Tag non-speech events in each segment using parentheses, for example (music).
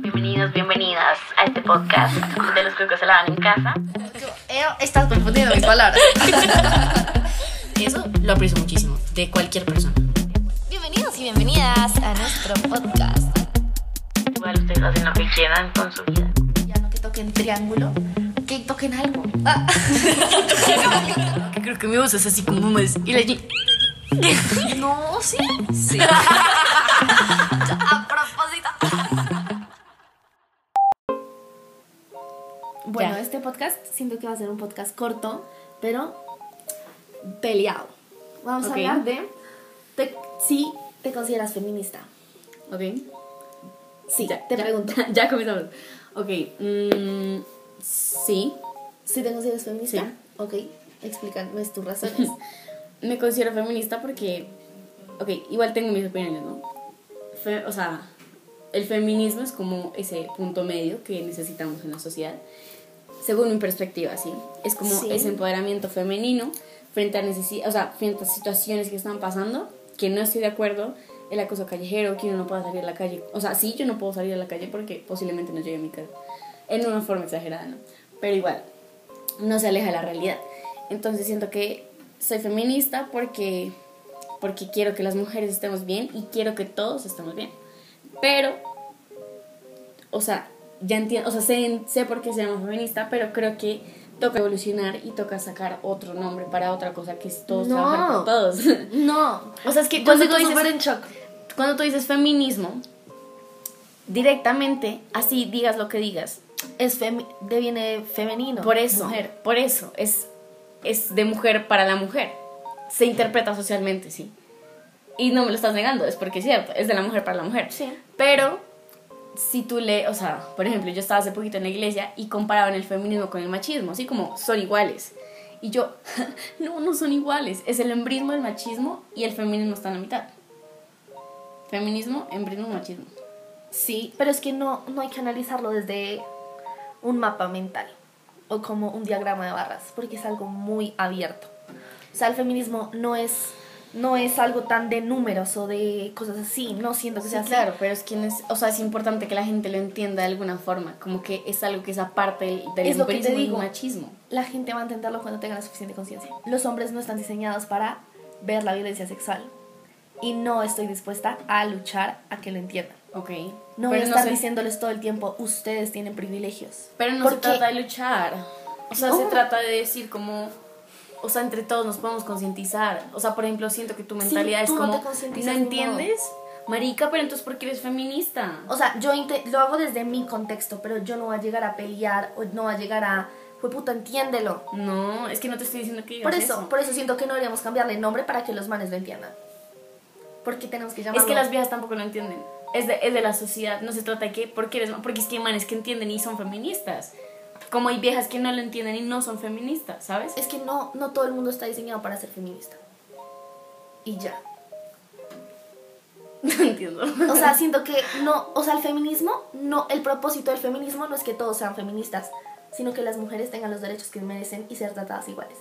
Bienvenidos, bienvenidas a este podcast de los cuicos se lavan en casa. Estás confundiendo mis palabras. Eso lo aprecio muchísimo, de cualquier persona. Bienvenidos y bienvenidas a nuestro podcast. Igual ustedes hacen lo que quieran con su vida. Ya no que toquen triángulo, que toquen algo. Ah. Creo que mi voz es así como más. Y la No, sí. (laughs) A propósito. Bueno, este podcast siento que va a ser un podcast corto, pero peleado. Vamos Ok. a hablar de te- si te consideras feminista. Ok. Sí, Ya, te ya, pregunto. (laughs) Ya comenzamos. Ok. mm, sí. Si te consideras feminista, Sí. ok, explícanos tus razones. Me considero feminista porque. Ok, igual tengo mis opiniones, ¿no? Fe- o sea, el feminismo es como ese punto medio que necesitamos en la sociedad. Según mi perspectiva, sí. Es como Sí. ese empoderamiento femenino frente a, necesi- o sea, frente a situaciones que están pasando, que no estoy de acuerdo, el acoso callejero, que uno no pueda salir a la calle. O sea, sí, yo no puedo salir a la calle porque posiblemente no llegue a mi casa. En una forma exagerada, ¿no? Pero igual, no se aleja de la realidad. Entonces siento que soy feminista porque, porque quiero que las mujeres estemos bien y quiero que todos estemos bien. Pero, o sea, ya entiendo, o sea, sé, sé por qué se llama feminista, pero creo que toca evolucionar y toca sacar otro nombre para otra cosa que es todos No. trabajar por todos. (laughs) No, o sea, es que yo cuando tú sigo dices- súper en shock. cuando tú dices feminismo, directamente, así digas lo que digas, Es femi de viene femenino. Por eso, Mujer. por eso, es, es de mujer para la mujer. Se interpreta socialmente, sí. Y no me lo estás negando, es porque es cierto, es de la mujer para la mujer. Sí. Pero si tú le, o sea, por ejemplo, yo estaba hace poquito en la iglesia y comparaban el feminismo con el machismo, así como son iguales. Y yo, (laughs) no, no son iguales, es el embrismo, el machismo y el feminismo está en la mitad. Feminismo, embrismo, machismo. Sí, pero es que no, no hay que analizarlo desde un mapa mental o como un diagrama de barras, porque es algo muy abierto. O sea, el feminismo no es, no es algo tan de números o de cosas así, no siento que Sí, sea así. claro, pero es quien es, o sea, es importante que la gente lo entienda de alguna forma, como que es algo que es aparte del, del Es lo que te empirismo y digo. machismo. La gente va a entenderlo cuando tenga la suficiente conciencia. Los hombres no están diseñados para ver la violencia sexual y no estoy dispuesta a luchar a que lo entiendan. Ok. No voy pero a estar se, diciéndoles todo el tiempo, ustedes tienen privilegios. Pero no se Porque- trata de luchar. O sea, se No. trata de decir como o sea, entre todos nos podemos concientizar. O sea, por ejemplo, siento que tu mentalidad es tú no como te concientizas ¿no ni modo". entiendes? Marica, pero entonces ¿por qué eres feminista? O sea, yo inte- lo hago desde mi contexto, pero yo no voy a llegar a pelear o no voy a llegar a. Fue puta, entiéndelo. No, es que no te estoy diciendo que digas Por eso, por eso siento que no deberíamos cambiarle el nombre para que los manes lo entiendan. Porque tenemos que llamarlo. Es que las viejas tampoco lo entienden. Es de, es de la sociedad, no se trata de que porque eres porque es que hay manes que entienden y son feministas. Como hay viejas que no lo entienden y no son feministas, ¿sabes? (laughs) Es que no, no todo el mundo está diseñado para ser feminista. Y ya. No entiendo. O sea, siento que no. O sea, el feminismo, no. El propósito del feminismo no es que todos sean feministas, sino que las mujeres tengan los derechos que merecen y ser tratadas iguales.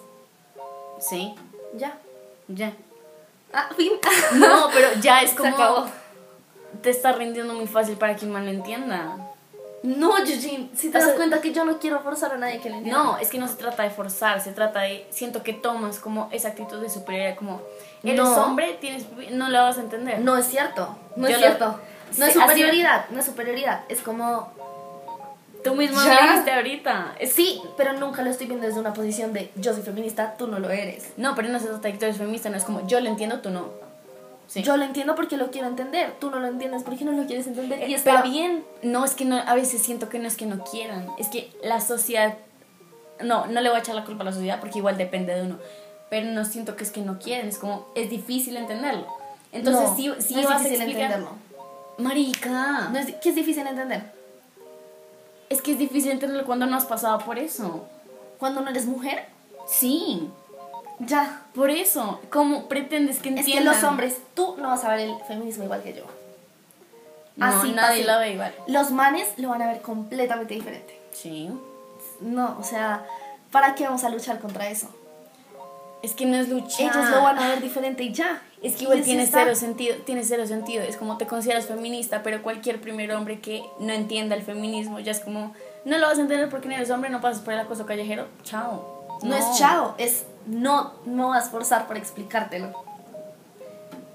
Sí, Ya. ya. Ah, (laughs) fin. No, pero ya (laughs) es Se como acabó. te está rindiendo muy fácil para quien mal lo entienda. No, Eugene, si te O das sea- cuenta que yo no quiero forzar a nadie que lo entienda. No, es que no se trata de forzar, se trata de siento que tomas como esa actitud de superioridad como eres No. hombre, tienes no la vas a entender. No es cierto, no Yo es lo- cierto. No es Sí, así- superioridad, no es superioridad. Es como, Tú mismo Ya. lo dijiste ahorita. Es sí, pero nunca lo estoy viendo desde una posición de yo soy feminista, tú no lo eres. No, pero no se trata de que tú eres feminista, no es como yo lo entiendo, tú no. Sí. Yo lo entiendo porque lo quiero entender, tú no lo entiendes porque no lo quieres entender. Y Eh, está pero- bien. No, es que no, a veces siento que no es que no quieran, es que la sociedad, no, no le voy a echar la culpa a la sociedad porque igual depende de uno, pero no siento que es que no quieren, es como, es difícil entenderlo. Entonces, No, sí, sí no es vas difícil a explicar, entenderlo. Marica, No es, ¿Qué es difícil entender? es que es difícil entenderlo cuando no has pasado por eso. Cuando no eres mujer, Sí, ya. por eso, ¿cómo pretendes que Es entiendan? que los hombres, tú no vas a ver el feminismo igual que yo. no, así, nadie así. la ve igual. Los manes lo van a ver completamente diferente. Sí. No, o sea, ¿para qué vamos a luchar contra eso? Es que no es luchar. Ellos lo van a ver diferente y ya. Es que Y igual así tiene está. cero sentido, tiene cero sentido. Es como te consideras feminista, pero cualquier primer hombre que no entienda el feminismo ya es como, no lo vas a entender porque no eres hombre, no pasas por el acoso callejero. Chao. No, es chao, es no no vas a forzar para explicártelo.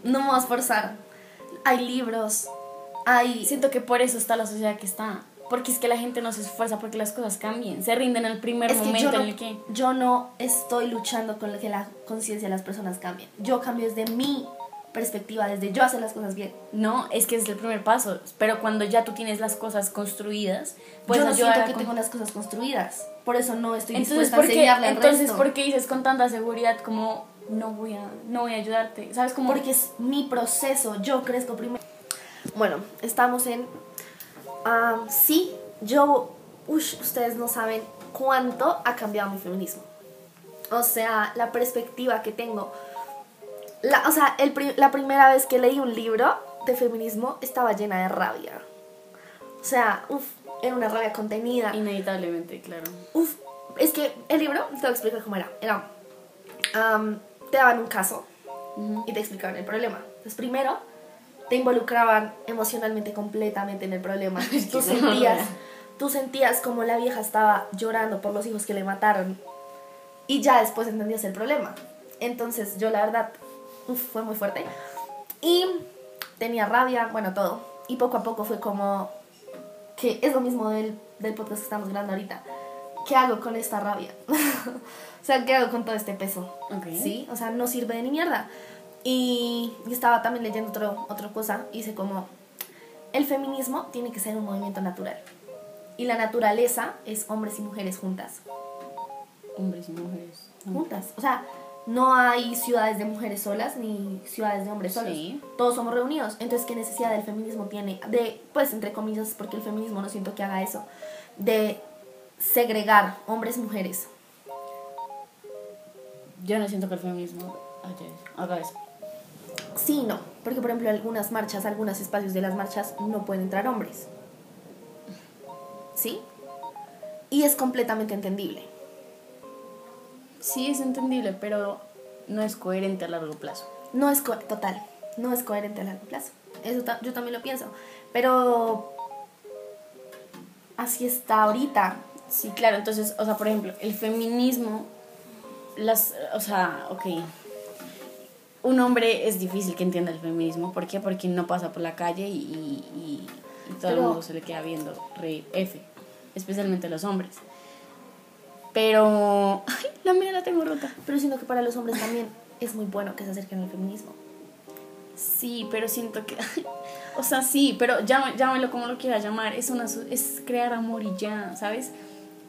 No me vas a forzar. Hay libros, hay... Siento que por eso está la sociedad que está. Porque es que la gente no se esfuerza porque las cosas cambien. Se rinden al primer es que yo momento no, en el que. yo no estoy luchando con lo que la conciencia de las personas cambie. Yo cambio desde mi perspectiva, desde yo hacer las cosas bien. No, es que es el primer paso. Pero cuando ya tú tienes las cosas construidas, puedes yo no siento ayudar a que Pues con- tengo las cosas construidas. Por eso no estoy Entonces, dispuesta ¿por a qué, enseñarle al entonces resto. ¿por qué dices con tanta seguridad como no voy a, no voy a ayudarte? ¿Sabes cómo? Porque es mi proceso, yo crezco primero. Bueno, estamos en... ah, sí, yo... ush, ustedes no saben cuánto ha cambiado mi feminismo. O sea, la perspectiva que tengo. La, o sea, el pri- la primera vez que leí un libro de feminismo estaba llena de rabia. O sea, uff, era una rabia contenida. Inevitablemente, claro. Uf, es que el libro, te voy a explicar cómo era. Era, am, te daban un caso y te explicaban el problema. Entonces, primero, te involucraban emocionalmente, completamente en el problema. tú, sentías, tú sentías como la vieja estaba llorando por los hijos que le mataron y ya después entendías el problema. Entonces, yo la verdad, uf, fue muy fuerte. Y tenía rabia, bueno, todo. Y poco a poco fue como, que es lo mismo del, del podcast que estamos grabando ahorita. ¿Qué hago con esta rabia? (laughs) o sea, ¿qué hago con todo este peso? Ok. ¿Sí? O sea, no sirve de ni mierda. Y, y estaba también leyendo otro, otra cosa. y Hice como, el feminismo tiene que ser un movimiento natural. Y la naturaleza es hombres y mujeres juntas. Hombres y mujeres. Uh. Juntas. O sea, no hay ciudades de mujeres solas ni ciudades de hombres solos. Sí. Todos somos reunidos. Entonces, ¿qué necesidad del feminismo tiene? De, pues, entre comillas, porque el feminismo no siento que haga eso. De segregar hombres y mujeres. Yo no siento que el feminismo haya eso, haga eso. Sí, y no. Porque, por ejemplo, algunas marchas, algunos espacios de las marchas no pueden entrar hombres. ¿Sí? Y es completamente entendible. Sí, es entendible, pero no es coherente a largo plazo. No es co- total, no es coherente a largo plazo. Eso ta- yo también lo pienso. Pero así está ahorita. Sí, claro, entonces, o sea, por ejemplo, el feminismo, las, o sea, ok, un hombre es difícil que entienda el feminismo, ¿por qué? Porque no pasa por la calle y, y- y todo el Pero- mundo se le queda viendo re F, especialmente los hombres. Pero, (laughs) ay, la mía la tengo rota. Pero sino que para los hombres también es muy bueno que se acerquen al feminismo. Sí, pero siento que. (laughs) o sea, sí, pero llama- llámelo como lo quiera llamar. Es, una, su- es crear amor y ya, ¿sabes?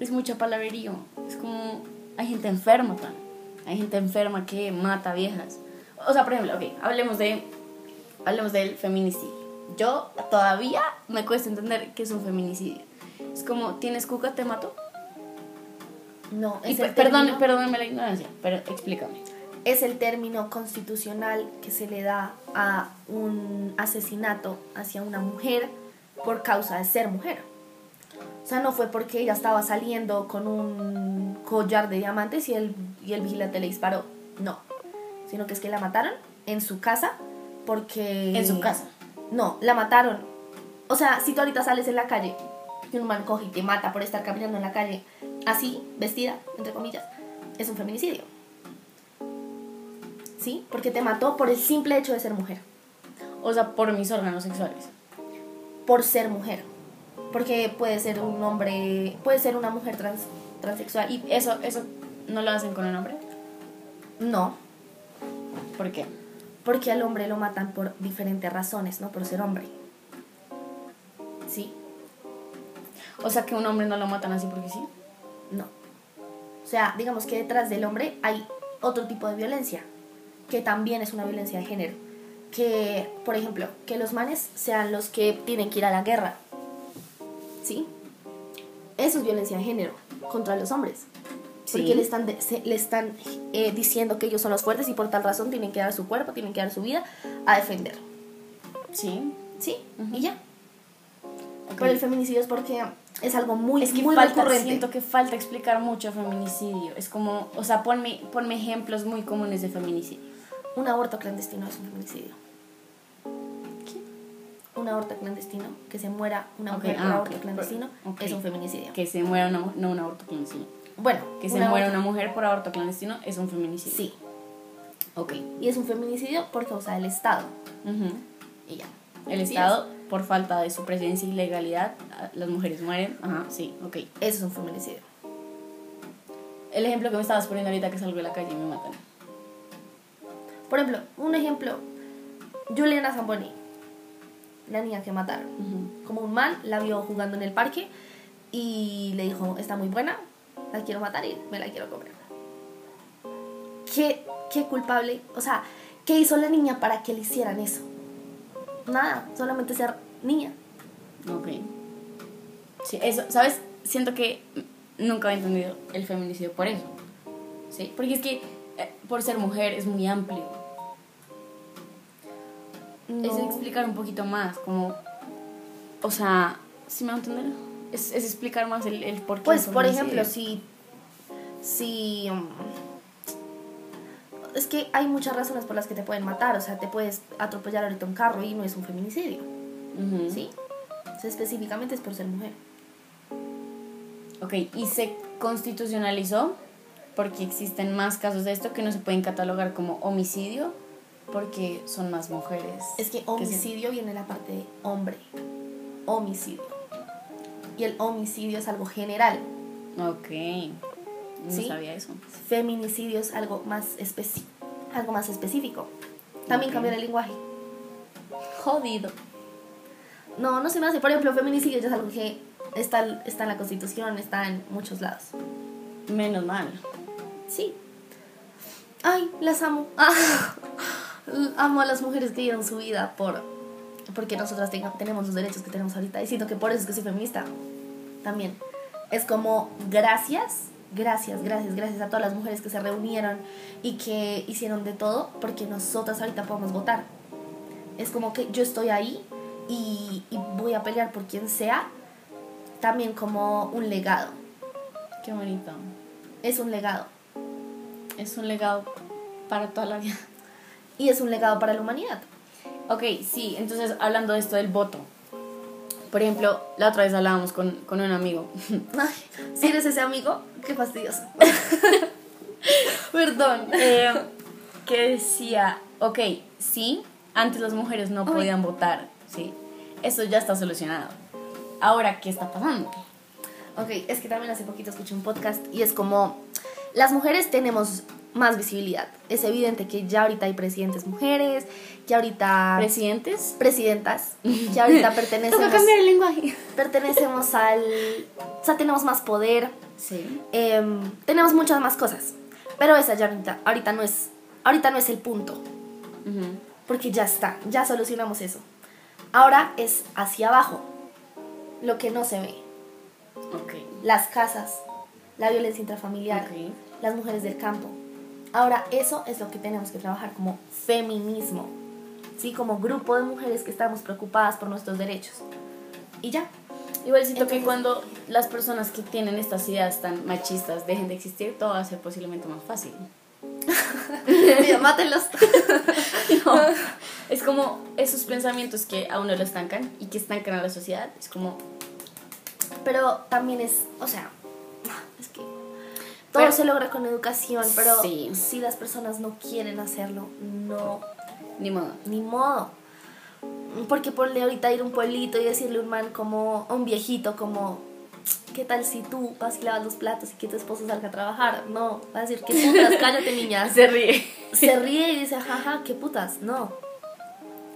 Es mucha palabrerío. Es como. Hay gente enferma, tan. Hay gente enferma que mata viejas. O sea, por ejemplo, ok, hablemos de. Hablemos del feminicidio. Yo todavía me cuesta entender qué es un feminicidio. Es como, ¿tienes cuca? Te mato. No, Y es el, pe- perdón, término, perdóname la ignorancia, pero explícame. es el término constitucional que se le da a un asesinato hacia una mujer por causa de ser mujer. O sea, no fue porque ella estaba saliendo con un collar de diamantes y el, y el vigilante le disparó. No. Sino que es que la mataron en su casa porque... En su casa. No, la mataron. O sea, si tú ahorita sales en la calle y un man coge y te mata por estar caminando en la calle así, vestida, entre comillas, es un feminicidio. ¿Sí? Porque te mató por el simple hecho de ser mujer. O sea, por mis órganos sexuales. Por ser mujer. Porque puede ser un hombre, puede ser una mujer trans, transexual. Y eso, eso no lo hacen con un hombre. No, ¿Por qué? porque al hombre lo matan por diferentes razones, no por ser hombre. ¿Sí? O sea, que un hombre no lo matan así porque sí. No. O sea, digamos que detrás del hombre hay otro tipo de violencia, que también es una violencia de género. Que, por ejemplo, que los manes sean los que tienen que ir a la guerra. ¿Sí? Eso es violencia de género contra los hombres. Sí. Porque le están, de- se- le están eh, diciendo que ellos son los fuertes y por tal razón tienen que dar su cuerpo, tienen que dar su vida a defender. Sí. ¿Sí? Y ya. Pero el feminicidio es porque Es algo muy, Es que muy falta, recurrente. siento que falta explicar mucho feminicidio. Es como, o sea, ponme, ponme ejemplos muy comunes de feminicidio. Un aborto clandestino es un feminicidio. Un aborto clandestino, que se muera una Ok, mujer por ah, aborto ok, clandestino, ok. es un feminicidio. Que se muera una, mu- no un aborto clandestino. Bueno, Que un se muera aborto- una mujer por aborto clandestino es un feminicidio. Sí, Ok. y es un feminicidio por causa del Estado. Ujú. Y ya. El Sí, Estado, por falta de su presencia y legalidad, a- las mujeres mueren. Ajá, sí, ok. Eso es un feminicidio. El ejemplo que me estabas poniendo ahorita que salgo de la calle y me matan. Por ejemplo, un ejemplo, Juliana Zamboni, la niña que mataron. Como un man la vio jugando en el parque y le dijo, está muy buena, la quiero matar y me la quiero comer. ¿Qué, qué culpable? O sea, ¿qué hizo la niña para que le hicieran eso? Nada, solamente ser niña. Ok. Sí, eso, ¿sabes? Siento que nunca he entendido el feminicidio por eso. Sí, porque es que eh, por ser mujer es muy amplio. No. Es explicar un poquito más, como. O sea, ¿sí me va a entender? Es, es explicar más el, el por qué. Pues, es un por ejemplo, feminicidio. si. Si. mm, es que hay muchas razones por las que te pueden matar. O sea, te puedes atropellar ahorita un carro y no es un feminicidio. Ujú. ¿Sí? O sea, específicamente es por ser mujer. Ok, y se constitucionalizó porque existen más casos de esto que no se pueden catalogar como homicidio porque son más mujeres. Es que se- homicidio viene de la parte de hombre. Homicidio. Y el homicidio es algo general. Ok. No ¿Sí? sabía eso. Feminicidio es algo más, especi- algo más específico. También Ok. cambiar el lenguaje. Jodido. No, no se me hace. Por ejemplo, feminicidio ya es algo que está, está en la constitución, está en muchos lados. Menos mal. Sí. Ay, las amo. (laughs) amo a las mujeres que dieron su vida por porque nosotras tenga- tenemos los derechos que tenemos ahorita. Y siento que por eso es que soy feminista. También. Es como gracias, gracias, gracias, gracias a todas las mujeres que se reunieron y que hicieron de todo porque nosotras ahorita podemos votar. Es como que yo estoy ahí y, y voy a pelear por quien sea. También como un legado. Qué bonito. Es un legado. Es un legado para toda la vida. Y es un legado para la humanidad. Ok, sí, entonces hablando de esto del voto. Por ejemplo, la otra vez hablábamos con, con un amigo. Ay, si eres ese amigo, qué fastidioso. (laughs) Perdón. eh, que decía, ok, sí, antes las mujeres no podían votar, sí. Eso ya está solucionado. Ahora, ¿qué está pasando? Ok, es que también hace poquito escuché un podcast y es como, las mujeres tenemos más visibilidad. Es evidente que ya ahorita hay presidentes mujeres, que Ah. ahorita... ¿Presidentes? presidentas, que ahorita pertenecemos, el lenguaje. pertenecemos al... O sea, tenemos más poder, (laughs) Sí. em, tenemos muchas más cosas. Pero esa ya ahorita, ahorita no es... Ahorita no es el punto. Ujú. Porque ya está, ya solucionamos eso. Ahora es hacia abajo, lo que no se ve. Ok. Las casas, la violencia intrafamiliar, Ok. las mujeres del campo. Ahora eso es lo que tenemos que trabajar como feminismo. Sí, como grupo de mujeres que estamos preocupadas por nuestros derechos. Y ya. (laughs) Igual siento Entonces- que cuando las personas que tienen estas ideas tan machistas dejen de existir, todo va a ser posiblemente más fácil. Ya, Mátenlos. No. es como esos pensamientos que a uno lo estancan y que estancan a la sociedad. Es como, Pero también es, o sea, es que todo Pero- se logra con educación, pero Sí. si las personas no quieren hacerlo, no ni modo. (laughs) ni modo. Porque ponle ahorita ir a un pueblito y decirle a un man como, a un viejito como, ¿qué tal si tú vas y lavas los platos y que tu esposo salga a trabajar? No, va a decir, ¿qué putas? Cállate, niña. Se ríe. Se ríe y dice, jaja, ¿qué putas? No.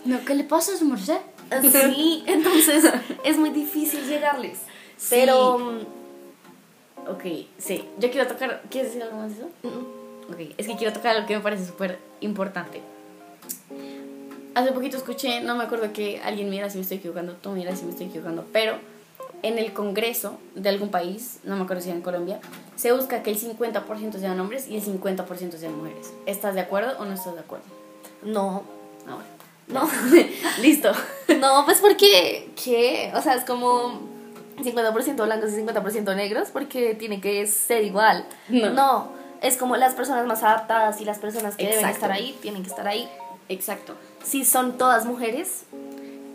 No, ¿qué le pasa a su merced? Sí, entonces es muy difícil llegarles. Pero... mm, Ok, sí. Yo quiero tocar. ¿Quieres decir algo más de eso? mm, Ok, es que quiero tocar algo que me parece súper importante. Hace poquito escuché, no me acuerdo que alguien mira si me estoy equivocando, tú mira si me estoy equivocando, pero en el Congreso de algún país, no me acuerdo si era en Colombia, se busca que el 50% sean hombres y el 50% sean mujeres. ¿Estás de acuerdo o no estás de acuerdo? No. Ahora. No. Listo. No, pues porque, ¿qué? O sea, es como, 50% blancos y 50% negros porque tiene que ser igual. No. No. es como las personas más adaptadas y las personas que deben Exacto. estar ahí tienen que estar ahí. Exacto. Si son todas mujeres,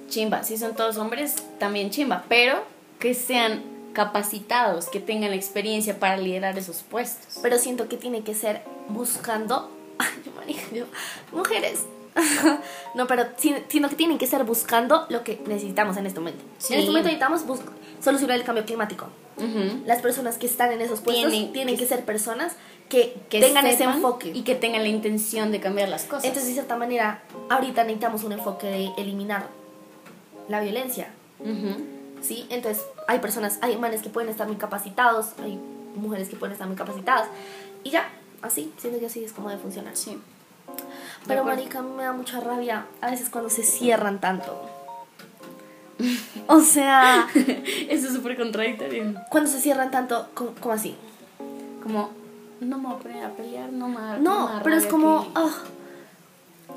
Chimba, si son todos hombres, también chimba, pero que sean capacitados, que tengan la experiencia para liderar esos puestos. pero siento que tiene que ser buscando. (laughs) Ay, yo manejo, yo, mujeres. (laughs) no, pero si- sino que tienen que ser buscando lo que necesitamos en este momento. Sí. En este momento necesitamos bus- solucionar el cambio climático. Las personas que están en esos puestos Tienen tienen, que- que, ser personas que, Que tengan ese sepan enfoque. Y que tengan la intención de cambiar las cosas. Entonces, de cierta manera, ahorita necesitamos un enfoque de eliminar la violencia, Ujú. ¿sí? Entonces, hay personas, hay manes que pueden estar muy capacitados, hay mujeres que pueden estar muy capacitadas, y ya, así, siento que así es como debe funcionar. Sí. Pero, acuerdo. marica, me da mucha rabia a veces cuando se cierran tanto. (laughs) O sea, (laughs) Eso es súper contradictorio. cuando se cierran tanto, como, como así. Como, no me voy a poner a pelear, no me va a dar- me va a No, dar pero es Ah, rabia como, que- ah,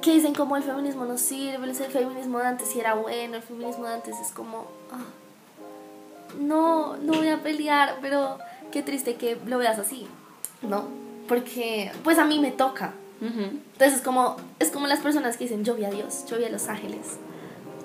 que dicen como el feminismo no sirve, el feminismo de antes sí era bueno, el feminismo de antes es como, ah, no, no voy a pelear, pero qué triste que lo veas así, ¿no? Porque, pues a mí me toca. Ujú. Entonces es como, es como las personas que dicen, yo vi a Dios, yo vi a los ángeles.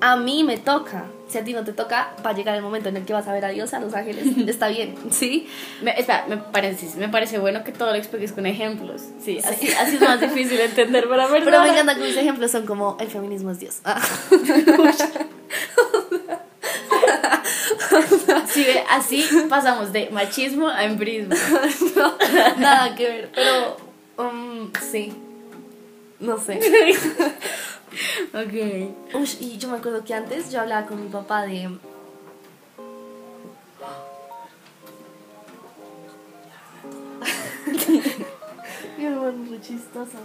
A mí me toca. Si a ti no te toca, va a llegar el momento en el que vas a ver a Dios, a los ángeles. (laughs) Está bien, ¿sí? Me- espera, me parece, me parece bueno que todo lo expliques con ejemplos. Sí, Así, así es más difícil de entender para mí. Pero me encanta que mis ejemplos son como el feminismo es Dios. Ah. Sí, ve, así pasamos de machismo a embrismo. (laughs) Nada que ver, pero um, sí. No sé. Ok. Ush, y yo me acuerdo que antes yo hablaba con mi papá de. (laughs) Mi hermano es muy chistoso.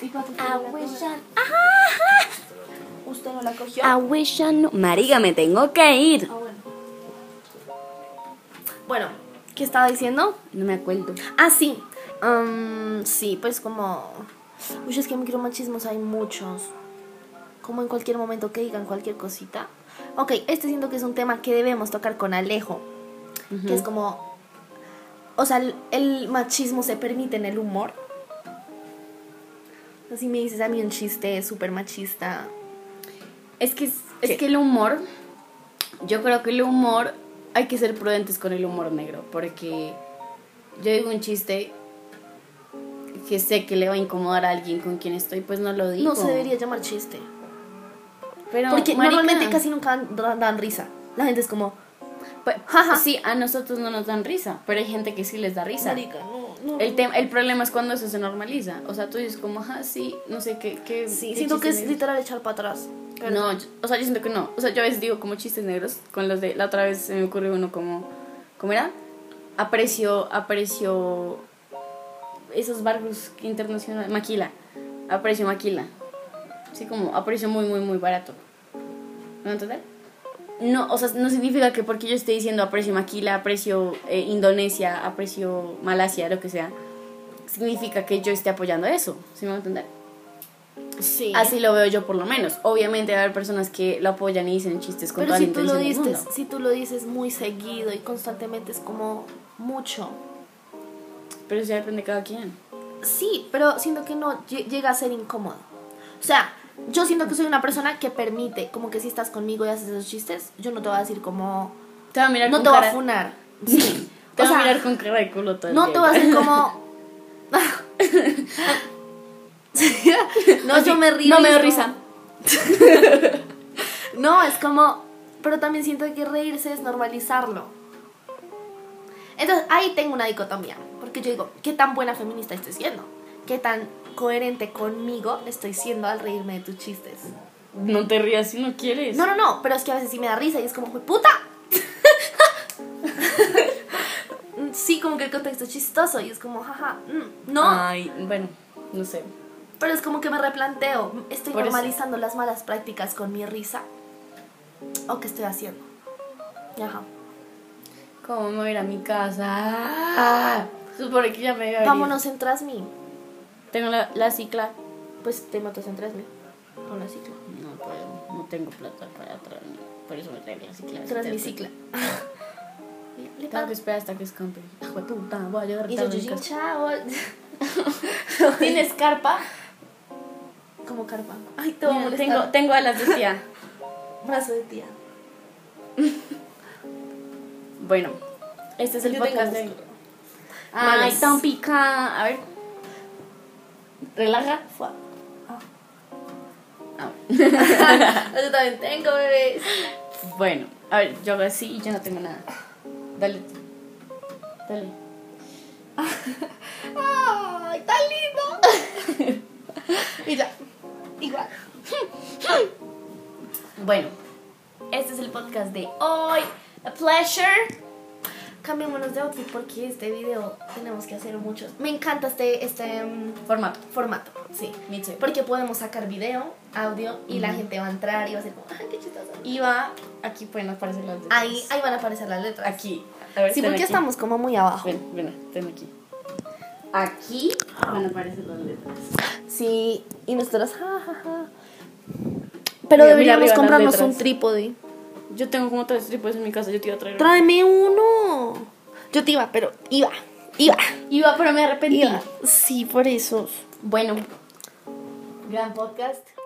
¿Y cuánto tiene la tuya? ¿Usted no la cogió? I wish I no. Marica, me tengo que ir. Ah, bueno. Bueno, ¿qué estaba diciendo? No me acuerdo. Ah, sí. Am, sí, pues como... Uy, es que micromachismos hay muchos. Como en cualquier momento que digan cualquier cosita. Ok, este siento que es un tema que debemos tocar con Alejo. Que es como... O sea, el, el machismo se permite en el humor. O sea, Si me dices a mí un chiste súper machista. Es que, es que el humor, yo creo que el humor, hay que ser prudentes con el humor negro, porque yo digo un chiste que sé que le va a incomodar a alguien con quien estoy, pues no lo digo. No se debería llamar chiste. Pero, Porque marica, normalmente casi nunca dan, dan risa. La gente es como... pues, jaja. Sí, a nosotros no nos dan risa, pero hay gente que sí les da risa. "Marica, no, no, El, tem- el problema es cuando eso se normaliza. O sea, tú dices como, ah, sí, no sé qué. qué Sí, qué siento que chiste es negro". literal echar para atrás. No, yo- o sea, yo siento que no. O sea, yo a veces digo como chistes negros con los de. La otra vez se me ocurrió uno como. ¿Cómo era? Aprecio. Aprecio. Esos barcos internacionales. Maquila. Aprecio Maquila. Sí, como aprecio muy, muy, muy barato. ¿Me entender? No, o sea, no significa que porque yo esté diciendo aprecio Maquila, aprecio eh, Indonesia, aprecio Malasia, lo que sea, significa que yo esté apoyando eso. ¿Sí me va a entender? Sí. Así lo veo yo por lo menos. Obviamente va a haber personas que lo apoyan y dicen chistes con pero toda si la tú, lo intención del diste, mundo. si tú lo dices muy seguido y constantemente es como mucho. Pero eso ya depende de cada quien. Sí, pero siento que no lle- llega a ser incómodo. O sea, yo siento que soy una persona que permite, como que si estás conmigo y haces esos chistes, yo no te voy a decir como... Te va a mirar No con te voy cara... a (laughs) funar. Sí. Te o va sea, a mirar con cara de culo todo el no te tiempo. voy (laughs) a hacer como... (laughs) no, yo me río. (laughs) No y me es dio como- risa. No, es como. Pero también siento que reírse es normalizarlo. Entonces ahí tengo una dicotomía. Porque yo digo, ¿qué tan buena feminista estoy siendo? ¿Qué tan coherente conmigo estoy siendo al reírme de tus chistes? No te rías si no quieres. No, no, no, pero es que a veces sí me da risa y es como, "Jue puta! (laughs) sí, como que el contexto es chistoso y es como, jaja, mm, no. Ay, bueno, no sé. Pero es como que me replanteo, ¿estoy Por eso. normalizando las malas prácticas con mi risa? ¿O qué estoy haciendo? Ajá. ¿Cómo me voy a ir a mi casa? Ah, supone que ya me había Vámonos en Trasmi. herido. Tengo la, la cicla. Pues te matas en Trasmi. Con la cicla. No puedo, no tengo plata para traerme. por eso me trae bien cicla. Transmicicla. Le Tengo que pago. esperar hasta que escampe. Ah, jue puta, voy a llegar Y yo, tarde. yo, en yo, casa. chao. ¿Tienes carpa? Como carpa. Ay, te voy a Mira, molestar. tengo, tengo alas (laughs) de tía. Brazo de tía. Bueno, este es el Yo tengo Ah, podcast de. músculo. Ay, Malas. tan pica. A ver. Relaja. Fua. Ah, Yo también tengo bebés. Bueno, a ver, yo hago así y yo no tengo nada. Dale. Dale. ¡Ay, tan lindo! (laughs) y ya. Igual. Bueno, este es el podcast de hoy. A pleasure. Cambiémonos de outfit porque este video tenemos que hacer muchos. Me encanta este, este mm, Formato. formato, sí. Nietzsche. Porque podemos sacar video, audio y la gente va a entrar y va a ser como, ¡ay, qué chistoso! Y va. Aquí pueden aparecer las letras. Ahí, ahí van a aparecer las letras. Aquí. A ver, Sí, ten porque aquí. estamos como muy abajo. Ven, ven, ten aquí. Aquí van a aparecer las letras. Sí, y nosotros, ja, ja, ja. Pero Mira, mira deberíamos arriba las comprarnos letras. un trípode. Yo tengo como tres trípodes en mi casa, yo te iba a traer. Tráeme uno. Yo te iba, pero iba, iba, Iba, pero me arrepentí. iba. Sí, por eso. Bueno, Gran podcast.